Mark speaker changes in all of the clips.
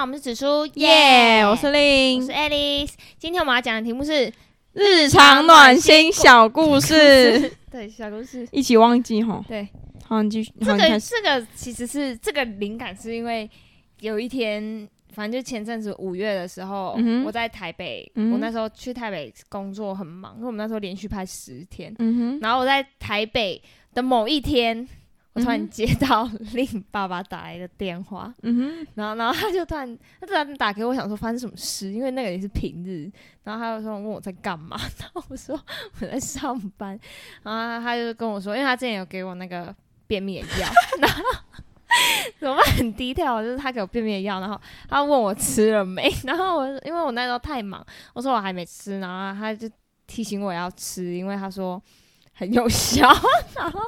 Speaker 1: 我们是紫苏，
Speaker 2: 耶我是
Speaker 1: 我
Speaker 2: 令
Speaker 1: 是，Alice。今天我们要讲的题目是，
Speaker 2: 日常暖心小 故事，
Speaker 1: 对小故事，
Speaker 2: 一起忘记吼。
Speaker 1: 对
Speaker 2: 好，你继续，
Speaker 1: 这
Speaker 2: 好，你开
Speaker 1: 个
Speaker 2: 始。
Speaker 1: 这个其实是这个灵感是因为有一天，反正就前阵子五月的时候，
Speaker 2: 嗯哼
Speaker 1: 我在台北，
Speaker 2: 嗯哼
Speaker 1: 我那时候去台北工作很忙，因为我们那时候连续拍十天，
Speaker 2: 嗯
Speaker 1: 然后我在台北的某一天。我突
Speaker 2: 嗯
Speaker 1: 然
Speaker 2: 哼
Speaker 1: 接到 令爸爸打来的电话，
Speaker 2: 哼，嗯
Speaker 1: 然后，然后他就突然，他突然打给我，想说发生什么事，因为那个也是平日。然后他就说问我在干嘛， 然后我说我在上班。然后他就跟我说，因为他之前有给我那个便秘的药， 然后怎么办很低调，就是他给我便秘的药，然后他问我吃了没， 然后我因为我那时候太忙，我说我还没吃，然后他就提醒我要吃，因为他说很有效， 然后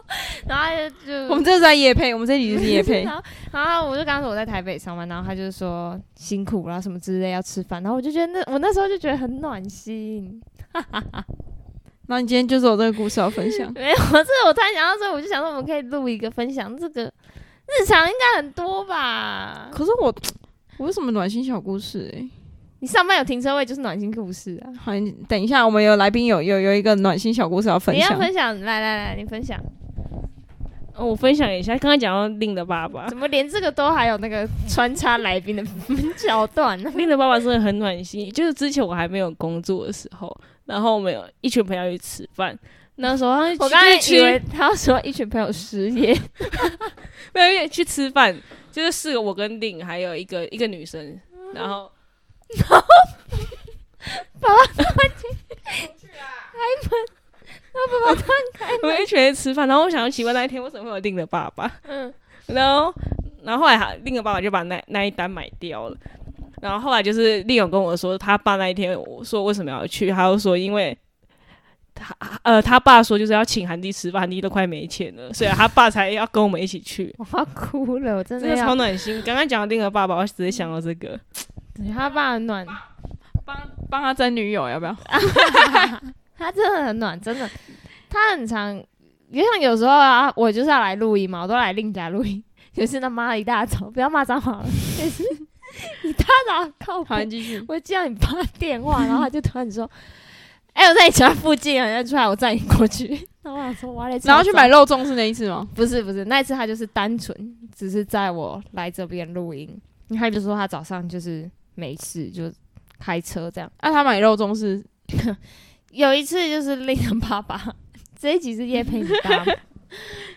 Speaker 1: 然后他就就
Speaker 2: 哼，我们这是在夜配，我们这里就是夜配
Speaker 1: 然。后， 然后我就跟他说我在台北上班，然后他就说辛苦啦什么之类要吃饭，然后我就觉得那我那时候就觉得很暖心。，
Speaker 2: 那你今天就是有这个故事要分享
Speaker 1: 没有，这个我突然想到，所以我就想说我们可以录一个分享这个日常应该很多吧？
Speaker 2: 可是我我为什么暖心小故事、欸？
Speaker 1: 你上班有停车位就是暖心故事啊。
Speaker 2: 好，你等一下，我们有来宾有有有一个暖心小故事要分
Speaker 1: 你要
Speaker 2: 享。
Speaker 1: 分享，来来来，你分享，
Speaker 3: 哦我分享一下，刚才讲到令的 爸爸，
Speaker 1: 怎么连这个都还有那个穿插来宾的 桥段呢？
Speaker 3: 令的爸爸真的很暖心。就是之前我还没有工作的时候，然后我们有一群朋友去吃饭，那时候他
Speaker 1: 我刚才
Speaker 3: 去
Speaker 1: 以为他说一群朋友失业，
Speaker 3: 没有因为去吃饭，就是四个我跟令还有一个一个女生，嗯然后 我们一群人吃饭，然后我想要奇怪那一天为什么会有令的爸爸，
Speaker 1: 嗯，。
Speaker 3: 然后，然后后来他另一个爸爸就把那那一单买掉了。然后后来就是另有跟我说，他爸那一天我说为什么要去，他就说因为他呃他爸说就是要请韩弟吃饭，韩弟都快没钱了，所以他爸才要跟我们一起去
Speaker 1: 我要哭了，我真
Speaker 3: 真
Speaker 1: 的
Speaker 3: 的超
Speaker 1: 要。
Speaker 3: 暖心。刚刚讲到另一个爸爸，我只是想到这个。
Speaker 1: 他爸很暖，
Speaker 2: 帮帮他争女友要不要？
Speaker 1: 他真的很暖，真的，他很常，就像有时候啊，我就是要来录音嘛，我都来另家录音， 也是他妈的一大早，不要骂脏话了，也是 一大早靠谱
Speaker 2: 好，，你继续。
Speaker 1: 我接到你爸电话，然后他就突然说， 哎、我在你家附近啊，你要出来，我载你过去， 然后我想说我要来，
Speaker 2: 然后去买，肉粽是那一次吗？
Speaker 1: 不是不是，那一次他就是单纯只是在我来这边录音，他就说他早上就是没事就开车这样。
Speaker 2: 啊，他买肉粽是
Speaker 1: 有一次就是令人爸 爸，这一集是叶佩你爸 吗，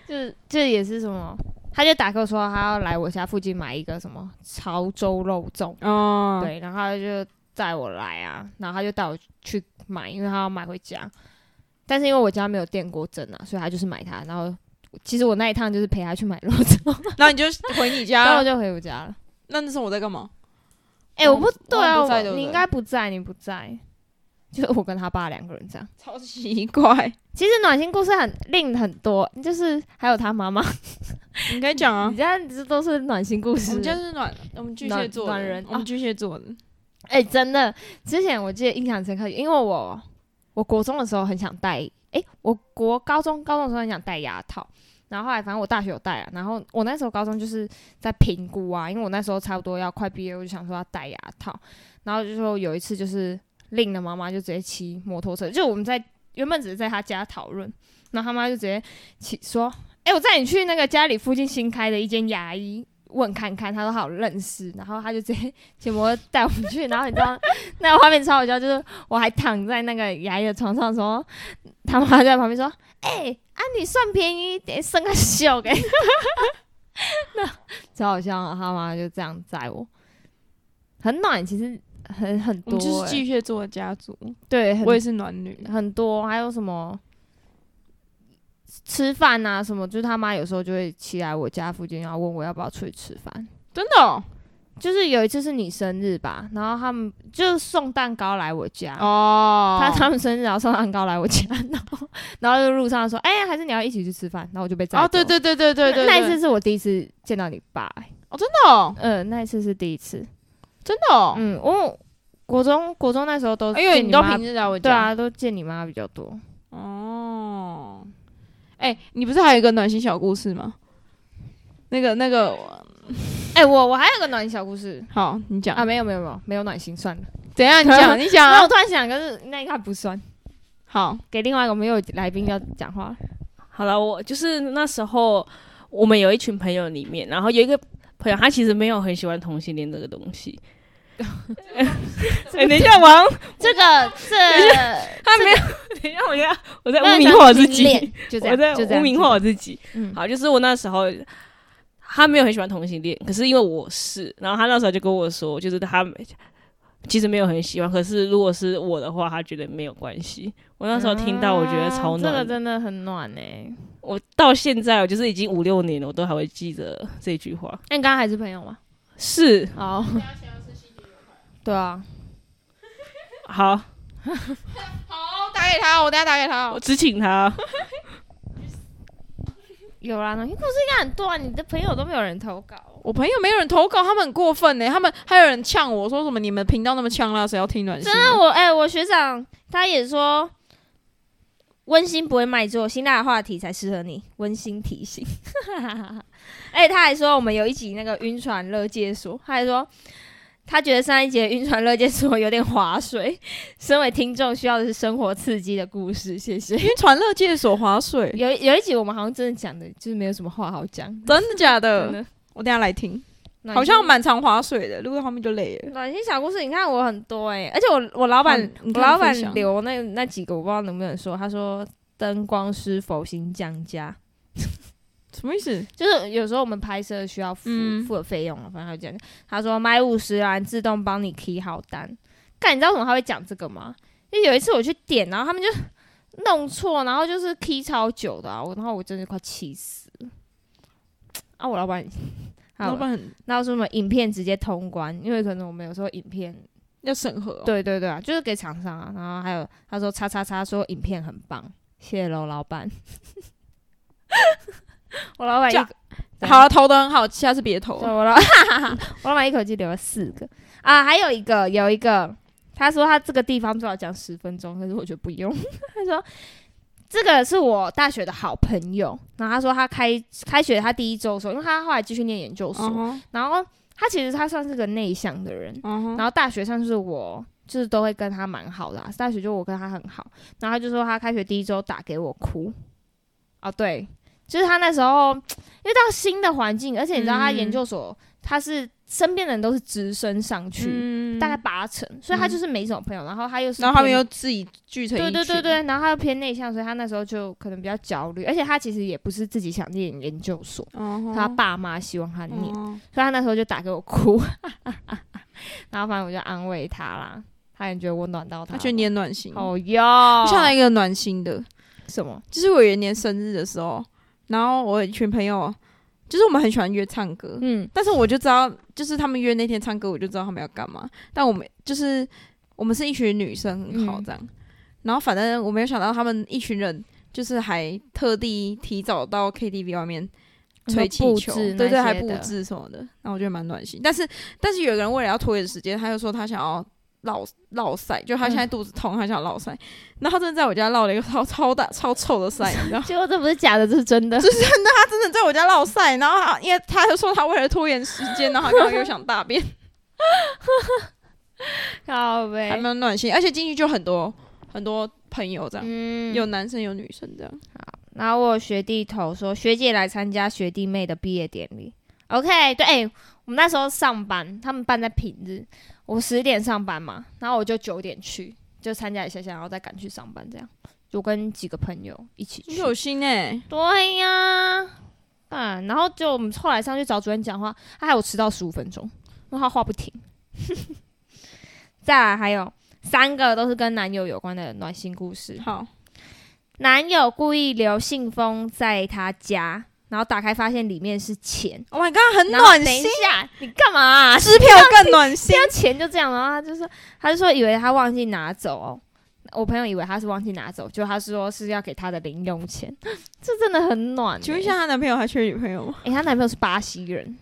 Speaker 1: 就是这也是什么，他就打给我说他要来我家附近买一个什么潮州肉粽，
Speaker 2: 哦，
Speaker 1: 对，然后他就载我来啊，然后他就带我去买，因为他要买回家，但是因为我家没有电锅蒸啊，所以他就是买它，然后其实我那一趟就是陪他去买肉粽，
Speaker 2: 然后你就回你
Speaker 1: 然后我
Speaker 2: 家。
Speaker 1: 就回我家了。
Speaker 2: 那那时候我在干嘛？
Speaker 1: 哎、我不对啊，
Speaker 2: 啊我不在
Speaker 1: 我
Speaker 2: 对不对
Speaker 1: 你应该不在，你不在，就是我跟他爸两个人这样。
Speaker 2: 超奇怪，
Speaker 1: 其实暖心故事很令很多，就是还有他 妈妈，
Speaker 2: 你可以讲啊
Speaker 1: 你。家这都是暖心故
Speaker 2: 我
Speaker 1: 事
Speaker 2: 们。嗯就是暖，我们巨蟹座的
Speaker 1: 暖暖人
Speaker 2: 我们巨蟹座的。
Speaker 1: 哎、真的，之前我记得印象深刻，因为我我国中的时候很想戴，哎、我国高中高中的时候很想戴牙套，然后后来反正我大学有戴啊，然后我那时候高中就是在评估啊，因为我那时候差不多要快毕业，我就想说要戴牙套，然后就说有一次就是令的妈妈就直接骑摩托车，就我们在原本只是在他家讨论，然后他妈就直接骑说，哎、我载你去那个家里附近新开的一间牙医。问看看，他说好认识，然后他就直接骑摩托带我们去， 然后你知道那个画面超好笑，就是我还躺在那个牙医的床上的时候，他妈在旁边说：“哎、啊你算便宜一点，生个小给。” 那超好笑啊！他妈就这样载我，很暖，其实很很
Speaker 2: 我
Speaker 1: 多、
Speaker 2: 们就是
Speaker 1: 欸
Speaker 2: 巨蟹座的家族，
Speaker 1: 对，很
Speaker 2: 我也是暖女。
Speaker 1: 很多，还有什么吃饭啊什么，就是他妈有时候就会骑来我家附近，然后问我要不要出去吃饭。
Speaker 2: 真的哦，
Speaker 1: 就是有一次是你生日吧，然后他们就送蛋糕来我家，
Speaker 2: 哦
Speaker 1: 他他们生日然后送蛋糕来我家， 然后然后就路上说，哎、还是你要一起去吃饭，然后我就被载
Speaker 2: 哦，对
Speaker 1: 走了
Speaker 2: 对对对对对，
Speaker 1: 那那一
Speaker 2: 对
Speaker 1: 次是我第一次见到你爸、欸
Speaker 2: 哦，真的哦，
Speaker 1: 呃，那一次是第一次，
Speaker 2: 真的哦，
Speaker 1: 嗯，我国中国中那时候都
Speaker 2: 因为
Speaker 1: 见
Speaker 2: 你
Speaker 1: 你
Speaker 2: 都
Speaker 1: 妈
Speaker 2: 平日来我
Speaker 1: 对
Speaker 2: 家。
Speaker 1: 啊，都见你妈比较多。
Speaker 2: 哦，哎，你不是还有一个暖心小故事吗？那个那个，
Speaker 1: 哎、哎、我我还有个暖心小故事
Speaker 2: 好，你讲
Speaker 1: 啊，，没有没有没有没有暖心，算了。
Speaker 2: 怎样？你讲，你讲
Speaker 1: 那我
Speaker 2: 啊。
Speaker 1: 突然想，可是那个不算。
Speaker 2: 好，
Speaker 1: 给另外一个我们又有来宾要讲话，
Speaker 3: 好了，我就是那时候我们有一群朋友里面，然后有一个朋友他其实没有很喜欢同性恋这个东西。 哎、等一下，王，
Speaker 1: 这个这
Speaker 3: 他没有， 等一下，我现在我在
Speaker 1: 那
Speaker 3: 污名化我自己，
Speaker 1: 脸就这
Speaker 3: 我
Speaker 1: 样，
Speaker 3: 在
Speaker 1: 就这样
Speaker 3: 污名化。我自己。
Speaker 1: 嗯，
Speaker 3: 好，就是我那时候他没有很喜欢同性恋，可是因为我是，然后他那时候就跟我说，就是他其实没有很喜欢，可是如果是我的话，他觉得没有关系。我那时候听到，我觉得超
Speaker 1: 啊
Speaker 3: 暖
Speaker 1: 这
Speaker 3: 的。
Speaker 1: 个真的很暖哎。
Speaker 3: 我到现在，我就是已经五六年了，我都还会记得这句话。
Speaker 1: 那你刚刚还是朋友吗？
Speaker 3: 是
Speaker 1: 哦，对啊，
Speaker 3: 好，
Speaker 1: 我打给他，我等下打给他
Speaker 3: 我。只请他。
Speaker 1: 有啦，暖心故事应该很多啊，你的朋友都没有人投稿。
Speaker 2: 我朋友没有人投稿，他们很过分呢、他们还有人呛我说什么你们频道那么呛辣，谁要听暖心？
Speaker 1: 真的，我哎、我学长他也说，温馨不会卖座，辛辣的话题才适合你。温馨提醒， 哎、他还说我们有一集那个晕船乐界说，他还说他觉得上一节晕船乐界说有点划水，身为听众需要的是生活刺激的故事，谢 谢。
Speaker 2: 晕船乐界所 划水，
Speaker 1: 有有一集我们好像真的讲的，就是没有什么话好讲，
Speaker 2: 真的假
Speaker 1: 真
Speaker 2: 的？
Speaker 1: 的。
Speaker 2: 我等一下来听，
Speaker 1: 暖
Speaker 2: 好
Speaker 1: 心
Speaker 2: 像蛮常划水的，录到后面就累了。
Speaker 1: 暖心小故事，你看我很多哎、而且我我老板、
Speaker 2: 嗯你
Speaker 1: 我
Speaker 2: 看
Speaker 1: 老
Speaker 2: 分享
Speaker 1: 板留那那几个，我不知道能不能说，他说灯光师佛心降价，
Speaker 2: 什么意思？
Speaker 1: 就是有时候我们拍摄需要付、
Speaker 2: 嗯
Speaker 1: 付的费用啊，反正他就讲，他说买五十元自动帮你 key 好单，但你知道为什么他会讲这个吗？因为有一次我去点，然后他们就弄错，然后就是 key 超久的、啊，我然后我真的快气死了，啊，我老板，
Speaker 2: 老
Speaker 1: 好了，
Speaker 2: 板很
Speaker 1: 那我说什么影片直接通关，因为可能我们有时候影片。
Speaker 2: 要审核、哦，，
Speaker 1: 对对对啊，就是给厂商啊。然后还有他说叉叉叉说影片很棒，谢谢喽老板。 我老板一
Speaker 2: 这样
Speaker 1: 口
Speaker 2: 好了，投的很好，下次别投
Speaker 1: 对
Speaker 2: 了。
Speaker 1: 我老 我老板一口气留了四个啊，还有一个有一个，他说他这个地方最好讲十分钟，可是我觉得不用。 他说这个是我大学的好朋友，然后他说他开开学他第一周的时候，因为他后来继续念研究所，
Speaker 2: 嗯哼，
Speaker 1: 然后他其实他算是个内向的人，
Speaker 2: 嗯哼，
Speaker 1: 然后大学算是我就是都会跟他蛮好的、啊，大学就我跟他很好。然后他就说他开学第一周打给我哭，哦对，就是他那时候因为到新的环境，而且你知道他
Speaker 2: 嗯
Speaker 1: 研究所、他是身边的人都是直升上去，
Speaker 2: 嗯
Speaker 1: 大概八成，所以他就是没什么朋友。然后他又是
Speaker 2: 然后他们
Speaker 1: 偏
Speaker 2: 又自己聚成一
Speaker 1: 对
Speaker 2: 群，
Speaker 1: 对对对，然后他又偏内向，所以他那时候就可能比较焦虑，而且他其实也不是自己想念研究所，
Speaker 2: 嗯哼，
Speaker 1: 他爸妈希望他念。
Speaker 2: 嗯
Speaker 1: 所以他那时候就打给我哭， 然后反正我就安慰他啦，他也觉得我暖到他
Speaker 2: 他
Speaker 1: 了。
Speaker 2: 觉得你也暖心。
Speaker 1: 哦哟，
Speaker 2: 我想到一个暖心的，
Speaker 1: 什么？
Speaker 2: 就是我有一年生日的时候，然后我有一群朋友，就是我们很喜欢约唱歌，
Speaker 1: 嗯，
Speaker 2: 但是我就知道，就是他们约那天唱歌，我就知道他们要干嘛。但我们就是我们是一群女生，很好
Speaker 1: 嗯
Speaker 2: 这样。然后反正我没有想到，他们一群人就是还特地提早到 KTV 外面吹气球，对对，还布
Speaker 1: 置
Speaker 2: 置什么的。那我觉得蛮暖心。但是但是有个人为了要拖延时间，他就说他想要落落塞，就他现在肚子痛，他想落塞。然后他真的在我家落了一个超超大超臭的塞，你知道吗
Speaker 1: 那些的。结果这不是假的，这是真 的。
Speaker 2: 真的在我家落晒，然后他因为他就说他为了拖延时间，然后他刚刚又想大 便，
Speaker 1: 好
Speaker 2: 还
Speaker 1: 呗，
Speaker 2: 蛮暖心。而且进去就很多很多朋友这样，
Speaker 1: 嗯，
Speaker 2: 有男生有女生这样。
Speaker 1: 然后我有学弟头说学姐来参加学弟妹的毕业典礼。OK，对，哎、我们那时候上班，他们办在平日，我十点上班嘛，然后我就九点去，就参加一下下，然后再赶去上班，这样。就跟几个朋友一起去，
Speaker 2: 心哎、
Speaker 1: 对呀、嗯，然后就我们后来上去找主任讲话，他还有迟到十五分钟，因为他话不停。 再来还有三个都是跟男友有关的暖心故事。
Speaker 2: 好，
Speaker 1: 男友故意留信封在他家，然后打开发现里面是钱，
Speaker 2: 我 h 刚 y Oh 很
Speaker 1: 然后
Speaker 2: 暖
Speaker 1: 等一
Speaker 2: 心，
Speaker 1: 下，你干嘛、啊？
Speaker 2: 支票更暖心。
Speaker 1: 要钱就这样，然后他就说，他就说以为他忘记拿走哦。我朋友以为他是忘记拿走，就他说是要给他的零用钱， 这真的很暖、欸。
Speaker 2: 请问一下，她男朋友还缺女朋友吗？
Speaker 1: 诶，她男朋友是巴西人，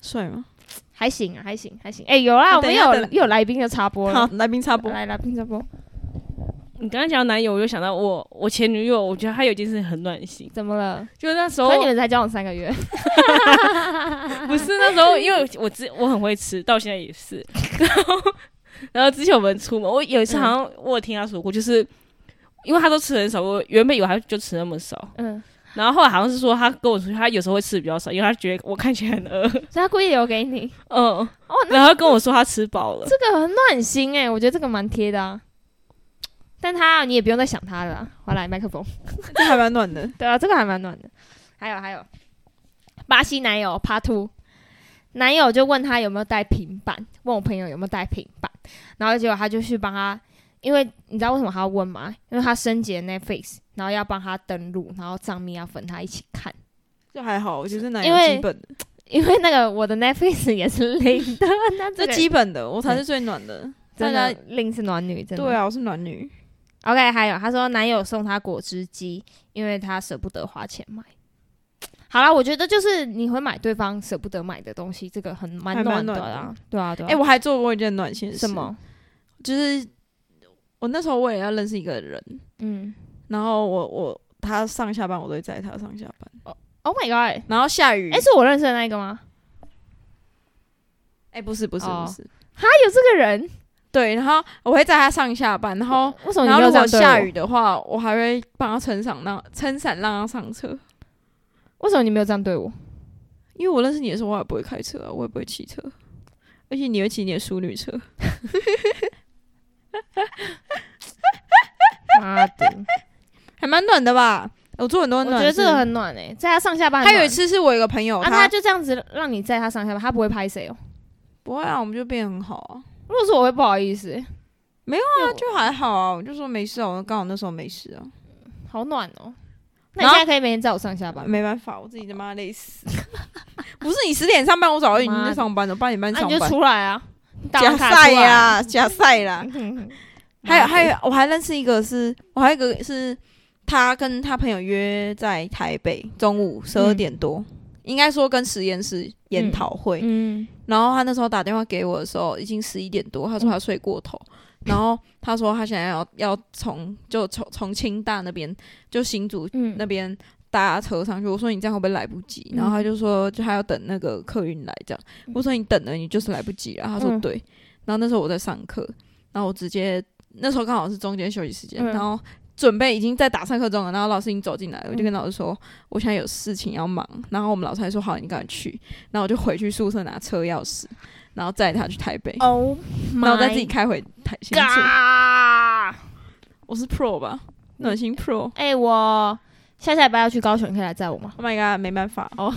Speaker 2: 帅吗？
Speaker 1: 还行啊，还行，还行。诶，有啦，
Speaker 2: 那
Speaker 1: 我们
Speaker 2: 哦等一
Speaker 1: 又
Speaker 2: 下
Speaker 1: 有
Speaker 2: 等
Speaker 1: 又有来宾要插播
Speaker 2: 好
Speaker 1: 了，，
Speaker 2: 来宾插播。
Speaker 1: 来来宾插播。
Speaker 3: 你刚刚讲到男友，我就想到我我前女友，我觉得她有一件事情很暖心，
Speaker 1: 怎么了？
Speaker 3: 就是那时
Speaker 2: 哦
Speaker 3: 候
Speaker 1: 可是你们才交往三个月，
Speaker 3: 不是那时候，因为我之我很会吃，到现在也是。然后，然后之前我们出门，我有一
Speaker 1: 嗯
Speaker 3: 次好像我有听他说过，就是因为他都吃很少，我原本以为他就吃那么少，
Speaker 1: 嗯，
Speaker 3: 然后后来好像是说他跟我出去，他有时候会吃比较少，因为他觉得我看起来很饿，
Speaker 1: 所以他故意留给你，
Speaker 3: 嗯，
Speaker 1: 哦
Speaker 3: 然后跟我说他吃饱了，
Speaker 1: 这个很暖心哎、我觉得这个蛮贴的啊。但他你也不用再想他了啊，我来麦克风。
Speaker 2: 这还蛮暖的。
Speaker 1: 对啊，这个还蛮暖的。还有还有，巴西男友 Part Two，男友就问他有没有带平板，问我朋友有没有带平板，然后结果他就去帮他，因为你知道为什么他要问吗？因为他升级了 Netflix，然后要帮他登录，然后账面要分他一起看，
Speaker 2: 就还 好，我觉得奶
Speaker 1: 因为
Speaker 2: 油基本的，
Speaker 1: 因为那个我的 Netflix 也是零的， 那
Speaker 2: 这
Speaker 1: 个
Speaker 2: 基本的，我才是最暖的。
Speaker 1: 真
Speaker 2: 大
Speaker 1: 的
Speaker 2: 家
Speaker 1: 零是暖女，真的
Speaker 2: 对啊，我是暖女，
Speaker 1: OK，还有她说男友送她果汁机，因为她舍不得花钱买。好啦，我觉得就是你会买对方舍不得买的东西，这个很蛮
Speaker 2: 还蛮
Speaker 1: 暖的
Speaker 2: 暖
Speaker 1: 啦。对啊，对啊。
Speaker 2: 哎、我还做过一件暖心的事，
Speaker 1: 什？么？
Speaker 2: 就是我那时候我也要认识一个人，
Speaker 1: 嗯
Speaker 2: 然后我我他上下班我都会载他上下班，
Speaker 1: ，Oh my god！
Speaker 2: 然后下雨，
Speaker 1: 哎、是我认识的那一个吗？
Speaker 2: 嗯哎、不是不是
Speaker 1: 哦
Speaker 2: 不是，
Speaker 1: 他有这个人，
Speaker 2: 对，然后我会载他上下班，然后
Speaker 1: 为什么你
Speaker 2: 哦然
Speaker 1: 没有
Speaker 2: 后如
Speaker 1: 这样
Speaker 2: 果
Speaker 1: 对
Speaker 2: 下
Speaker 1: 我
Speaker 2: 雨的话，我还会帮他撑伞让撑伞让他上车，
Speaker 1: 为什么你没有这样对 我？
Speaker 2: 因为我认识你的时候我也不会开车啊，我也不会骑车，而且你会骑你的淑女车，
Speaker 1: 妈的！
Speaker 2: 还蛮暖的吧？我做很多
Speaker 1: 我
Speaker 2: 很
Speaker 1: 觉
Speaker 2: 暖
Speaker 1: 得
Speaker 2: 的事，
Speaker 1: 这个很暖哎、在他上下班很
Speaker 2: 还
Speaker 1: 暖。
Speaker 2: 有一次是我有一个朋友，
Speaker 1: 啊，他就这样子让你在他上下班，他不会拍谁哦。
Speaker 2: 不会啊，我们就变很好啊，
Speaker 1: 如果是我会不好意思欸、
Speaker 2: 那就还好啊，我就说没事啊，我刚好那时候没事啊，
Speaker 1: 好暖哦、那
Speaker 2: 然
Speaker 1: 你
Speaker 2: 后
Speaker 1: 现在可以每天在我上下班吗？
Speaker 2: 没办 法，我自己他妈累死。 不是你十点上班，我早就已经
Speaker 1: 妈
Speaker 2: 在
Speaker 1: 的
Speaker 2: 上班了，八点半
Speaker 1: 那、
Speaker 2: 上
Speaker 1: 你就
Speaker 2: 班。
Speaker 1: 出来啊，你打
Speaker 2: 假
Speaker 1: 完卡
Speaker 2: 赛
Speaker 1: 出来啊嗯
Speaker 2: 啦，假赛 啦。还有还
Speaker 1: 有，
Speaker 2: 有，我还认识一个是，我还有一个是，他跟他朋友约在台北，中午十二点多，应该说跟实验室研讨会。
Speaker 1: 嗯，
Speaker 2: 然后他那时候打电话给我的时候，已经十一点多，他说他睡过 头，然后他说他想要要从就从从清大那边就新竹
Speaker 1: 嗯
Speaker 2: 那边搭车上去。我说你这样会不会来不及？
Speaker 1: 嗯
Speaker 2: 然后他就说就他要等那个客运来这样。我说你等了你就是来不及了。他说
Speaker 1: 嗯
Speaker 2: 对。然后那时候我在上课，然后我直接那时候刚好是中间休息时间，
Speaker 1: 嗯
Speaker 2: 然后准备已经在打上课钟了。然后老师已经走进来了，我
Speaker 1: 嗯
Speaker 2: 就跟老师说我现在有事情要忙。然后我们老师还说好，你赶快去。然后我就回去宿舍拿车钥匙，然后载他去台北，
Speaker 1: 哦，
Speaker 2: 然后再自己开回台新竹。
Speaker 1: 嘎。
Speaker 2: 我是 Pro 吧，暖心 Pro。
Speaker 1: 哎、我下下礼拜要去高雄，你可以来载我 吗？
Speaker 2: Oh my god，没办法，
Speaker 1: 哦，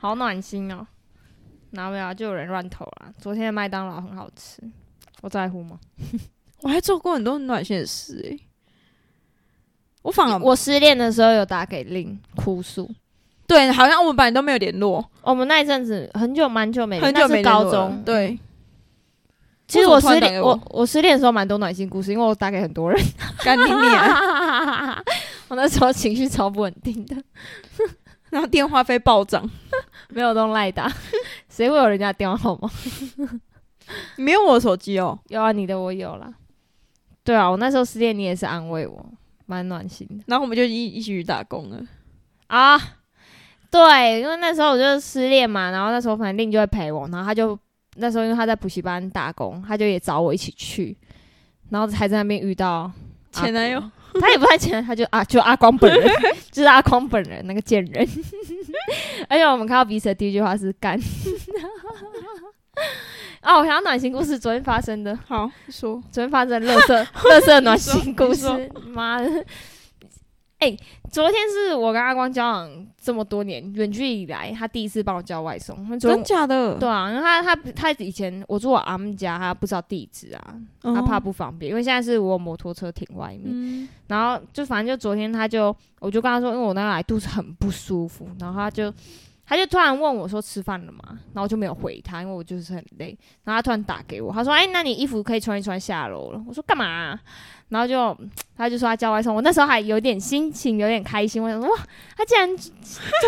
Speaker 1: 好暖心哦。然后没有啊，就有人乱投啦。昨天的麦当劳很好吃，我在乎吗？
Speaker 2: 我还做过很多很暖心的事诶、我反而
Speaker 1: 我失恋的时候有打给令哭诉，哦
Speaker 2: 对，好像我们本来都没有联络，
Speaker 1: 我们那一阵子很久蛮久没，
Speaker 2: 很久
Speaker 1: 那
Speaker 2: 没
Speaker 1: 是
Speaker 2: 联
Speaker 1: 高
Speaker 2: 络了
Speaker 1: 中。
Speaker 2: 对，
Speaker 1: 其实我
Speaker 2: 为什么突
Speaker 1: 失
Speaker 2: 然打给
Speaker 1: 恋，
Speaker 2: 我
Speaker 1: 我我失恋的时候蛮多暖心故事，因为我打给很多人。
Speaker 2: 干你 脸，
Speaker 1: 我那时候情绪超不稳定的，
Speaker 2: 然后电话费暴涨，
Speaker 1: 没有用赖打， 谁会有人家电话号码？
Speaker 2: 你没有我的手机哦，
Speaker 1: 有啊，你的我有啦。对啊，我那时候失恋，你也是安慰我，蛮暖心的
Speaker 2: 然后我们就一一起去打工了，
Speaker 1: 啊。对，因为那时候我就失恋嘛，然后那时候反正令就会陪我，然后他就那时候因为他在补习班打工，他就也找我一起去，然后还在那边遇到阿
Speaker 2: 前男友
Speaker 1: 光， 他也不太前男友，他就啊就阿光本人，就是阿光本人那个贱人， 而且我们看到彼此的第一句话是干。 啊，我想要暖心故事，昨天发生的。
Speaker 2: 好你说，
Speaker 1: 昨天发生 乐色乐色暖心故
Speaker 2: 你说
Speaker 1: 事，妈的！哎、昨天是我跟阿光交往这么多年，远距离以来，他第一次帮我叫外送。他昨
Speaker 2: 真
Speaker 1: 天
Speaker 2: 假的？
Speaker 1: 对啊，因为他他他以前我住我阿姆家，他不知道地址啊，
Speaker 2: 嗯，
Speaker 1: 他怕不方便，因为现在是我摩托车停外面，
Speaker 2: 嗯，
Speaker 1: 然后就反正就昨天他就，我就跟他说，因为我那来肚子很不舒服，然后他就他就突然问我说吃饭了吗？然后我就没有回他，因为我就是很累。然后他突然打给我，他说：“哎，那你衣服可以穿一穿下楼了。”我说：“干嘛啊、然后就他就说他叫外送，我那时候还有点心情，有点开心，我想说哇，他竟然做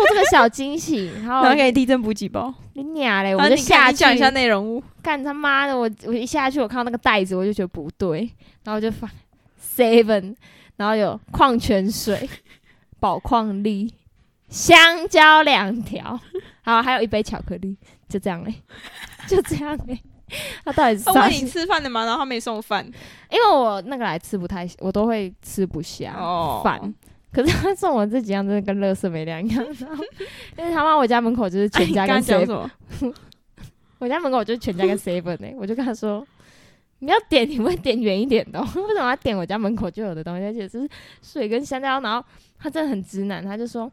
Speaker 1: 这个小惊喜，然后
Speaker 2: 然后给你地震补给包，
Speaker 1: 你俩嘞，
Speaker 2: 然
Speaker 1: 哎我
Speaker 2: 后
Speaker 1: 就
Speaker 2: 哦你看
Speaker 1: 下
Speaker 2: 你讲一
Speaker 1: 去
Speaker 2: 下 内容物，
Speaker 1: 干他妈的，我我一下去，我看到那个袋子，我就觉得不对，然后我就发， Seven，然后有矿泉 水、宝矿力、香蕉两条，好，还有一杯巧克力，就这样哎、 就这样哎、他到底是
Speaker 2: 他
Speaker 1: 啥
Speaker 2: 问你
Speaker 1: 心？
Speaker 2: 吃饭了吗？然后他没送饭，
Speaker 1: 因为我那个来吃不太，我都会吃不下
Speaker 2: 哦
Speaker 1: 啊饭。可是他送我这几样真的跟垃圾没两样，然后因为他妈我家门口就是
Speaker 2: 哎
Speaker 1: 全
Speaker 2: 你
Speaker 1: 家
Speaker 2: 刚刚
Speaker 1: 跟
Speaker 2: 讲
Speaker 1: seven，、
Speaker 2: 什么？
Speaker 1: 我家门口就是全家 跟 seven 哎、我就跟他说，你要点你不会点远一点的哦、 为什么要点我家门口就有的东西？而且就是水跟香蕉，然后他真的很直男，他就说，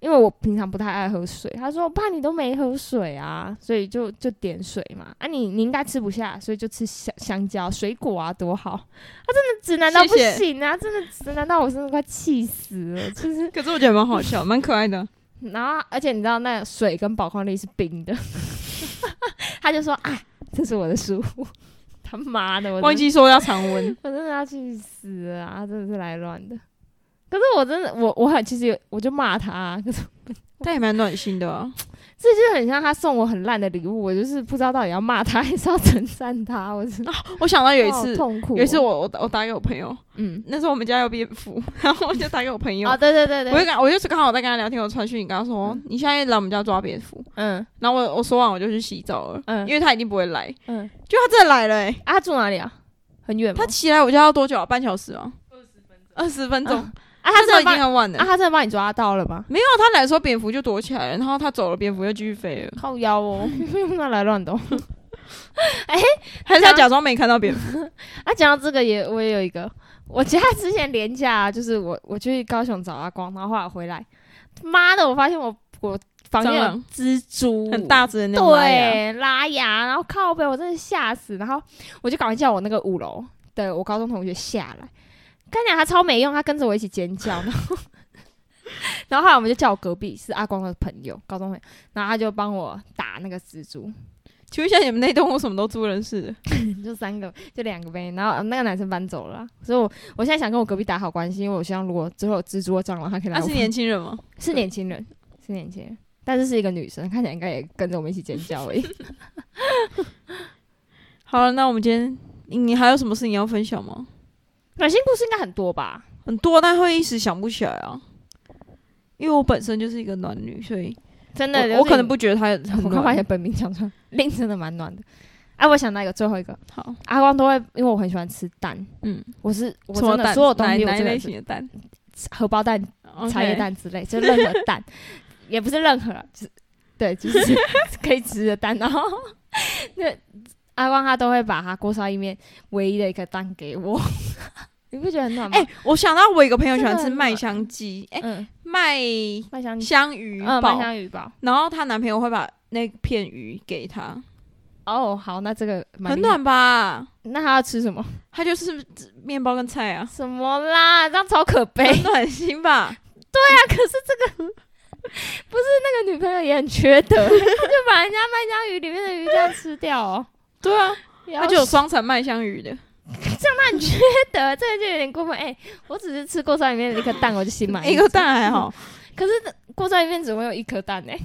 Speaker 1: 因为我平常不太爱喝水，他说我怕你都没喝水啊，所以就就点水嘛，啊你你应该吃不下，所以就吃香香蕉水果啊，多好，他真的直男到不
Speaker 2: 谢谢
Speaker 1: 行啊，真的直男到我真的快气死了，就是。
Speaker 2: 可是我觉得蛮好笑，蛮可爱的。
Speaker 1: 然后，而且你知道那水跟宝矿力是冰的， 他就说啊，这是我的书， 他妈 的，我真，
Speaker 2: 忘记说要常温
Speaker 1: 我真的要去死了啊！真的是来乱的。可是我真的，我我很其实有我就骂他、啊可是
Speaker 2: 但也蛮暖心的啊。
Speaker 1: 这就很像他送我很烂的礼物，我就是不知道到底要骂他还是要称赞他，我真的
Speaker 2: 我想到有一
Speaker 1: 好
Speaker 2: 次，
Speaker 1: 痛苦哦、
Speaker 2: 有一次我我打我打给我朋友，
Speaker 1: 嗯，
Speaker 2: 那时候我们家有蝙蝠，然后我就打给我朋友，
Speaker 1: 哦，对对对嗯
Speaker 2: 我就
Speaker 1: 对，
Speaker 2: 跟我就是刚好在跟他聊天，我传讯，你跟他说、你现在来我们家抓蝙蝠，
Speaker 1: 嗯
Speaker 2: 然后我我说完我就去洗澡了，
Speaker 1: 嗯
Speaker 2: 因为他一定不会来，
Speaker 1: 嗯，
Speaker 2: 就他真的来了、欸，
Speaker 1: 啊，他住哪里啊？很远吗？
Speaker 2: 他起来我家要多久啊？半小时啊？二十分钟，二十分钟，
Speaker 1: 啊，他
Speaker 2: 那
Speaker 1: 真
Speaker 2: 时候
Speaker 1: 的
Speaker 2: 已
Speaker 1: 帮
Speaker 2: 经
Speaker 1: 啊，
Speaker 2: 很晚了。
Speaker 1: 他真的帮你抓到了 吗？
Speaker 2: 没有，啊他来的时候蝙蝠就躲起来了，然后他走了，蝙蝠又继续飞了，
Speaker 1: 靠腰哦， 那来乱的哦。
Speaker 2: 还是他假装没看到蝙蝠？
Speaker 1: 啊，讲到这个也，我也有一个，我家之前廉价、啊就是我我去高雄找阿光，然后后来回来，妈的，我发现我我房间有
Speaker 2: 蟑螂
Speaker 1: 蜘蛛，
Speaker 2: 很大只的那种拉牙，
Speaker 1: 对，拉牙，然后靠背，我真的吓死，然后我就赶快叫我那个五楼的我高中同学下来，干娘他超没用，他跟着我一起尖叫，然后 然后后来我们就叫我隔壁是阿光的朋友，高中朋友，然后他就帮我打那个蜘蛛，
Speaker 2: 请问一下，你们那栋屋什么都租人似的？
Speaker 1: 就三个，就两个呗。然后呃那个男生搬走了啊，所以我我现在想跟我隔壁打好关系，因为我希望如果之后有蜘蛛或蟑螂，他可以来我
Speaker 2: 他
Speaker 1: 房。
Speaker 2: 啊是年轻人吗？
Speaker 1: 是年轻人， 是年轻人，但是是一个女生，看起来应该也跟着我们一起尖叫而已。
Speaker 2: 好了，那我们今天你你还有什么事情要分享吗？
Speaker 1: 暖心故事应该很多吧？
Speaker 2: 很多，但会一时想不起来啊。因为我本身就是一个暖女，所以
Speaker 1: 真的，
Speaker 2: 我我可能不，觉得她很
Speaker 1: 我快把你
Speaker 2: 暖
Speaker 1: 的。本名讲出来，令真的蛮暖的。哎、我想到一个最后一个，
Speaker 2: 好，
Speaker 1: 阿光都会，因为我很喜欢吃蛋，
Speaker 2: 嗯，
Speaker 1: 我是我
Speaker 2: 什么
Speaker 1: 真的
Speaker 2: 蛋？
Speaker 1: 所有东西我
Speaker 2: 哪哪一
Speaker 1: 真
Speaker 2: 类
Speaker 1: 的是
Speaker 2: 型的蛋？
Speaker 1: 荷包蛋、茶叶，蛋之类，就任何 蛋，也不是任何，就是对，就是 可以吃的蛋。然后那阿光他都会把他锅烧意面唯一的一个蛋给我， 你不觉得很暖吗？
Speaker 2: 哎、我想到我有一个朋友喜欢
Speaker 1: 真的
Speaker 2: 吃
Speaker 1: 很
Speaker 2: 麦香鸡，哎、
Speaker 1: 嗯，
Speaker 2: 麦
Speaker 1: 麦香
Speaker 2: 香鱼
Speaker 1: 嗯
Speaker 2: 堡
Speaker 1: 麦、香鱼堡。
Speaker 2: 然后她男朋友会把那片鱼给她，
Speaker 1: 哦，好，那这个蛮
Speaker 2: 很
Speaker 1: 厉害。
Speaker 2: 暖吧？
Speaker 1: 那他要吃什么？
Speaker 2: 她就是面包跟菜啊，
Speaker 1: 什么啦？这样超可悲。
Speaker 2: 很暖心吧？
Speaker 1: 那可是这个不是那个女朋友也很缺德，就把人家麦香鱼里面的鱼这样吃掉哦。
Speaker 2: 对啊，
Speaker 1: 然
Speaker 2: 她
Speaker 1: 后
Speaker 2: 就有双层麦香鱼的。
Speaker 1: 得这个就有点过分。哎、我只是吃锅烧里面的一颗蛋，我就心满意足
Speaker 2: 哎一个，蛋还好，
Speaker 1: 可是锅烧里面只会有一颗蛋哎、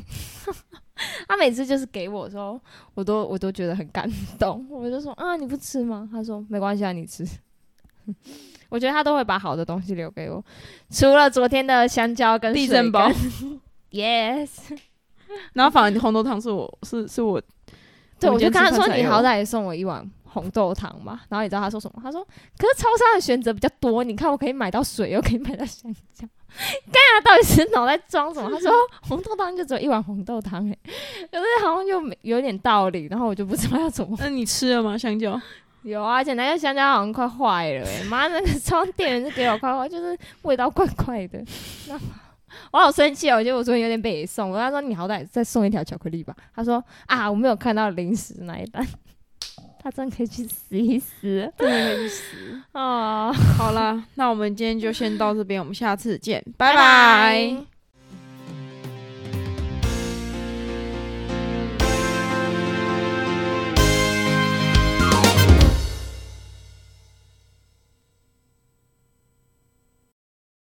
Speaker 1: 他每次就是给我的时候，我都我都觉得很感动，我就说啊你不吃吗？他说没关系啊你吃。 我觉得他都会把好的东西留给我，除了昨天的香蕉跟
Speaker 2: 地震包
Speaker 1: 水。干。Yes，
Speaker 2: 然后反而红豆汤是我是是我，
Speaker 1: 对，我就
Speaker 2: 今
Speaker 1: 跟
Speaker 2: 天
Speaker 1: 他
Speaker 2: 吃饭
Speaker 1: 说
Speaker 2: 才
Speaker 1: 你
Speaker 2: 有
Speaker 1: 好歹也送我一碗红豆汤嘛。然后你知道他说什么？他说可是超商的选择比较多，你看我可以买到水，又可以买到香蕉。干他到底是脑袋装什么？他 说红豆汤就只有一碗红豆汤哎、欸，可是好像又没有点道理，然后我就不知道要怎么。
Speaker 2: 那你吃了吗？香蕉？
Speaker 1: 有啊，而且那个香蕉好像快坏了、 欸，妈那个超店员就给我快坏，就是味道怪怪的。 那我好生气哦，我觉得我昨天有点被送。我跟他说你好歹再送一条巧克力吧。他说啊，我没有看到零食那一单。 他真可以去死一死
Speaker 2: 真的可以死。
Speaker 1: 哦！
Speaker 2: 好啦，那我们今天就先到这边，我们下次见，拜拜。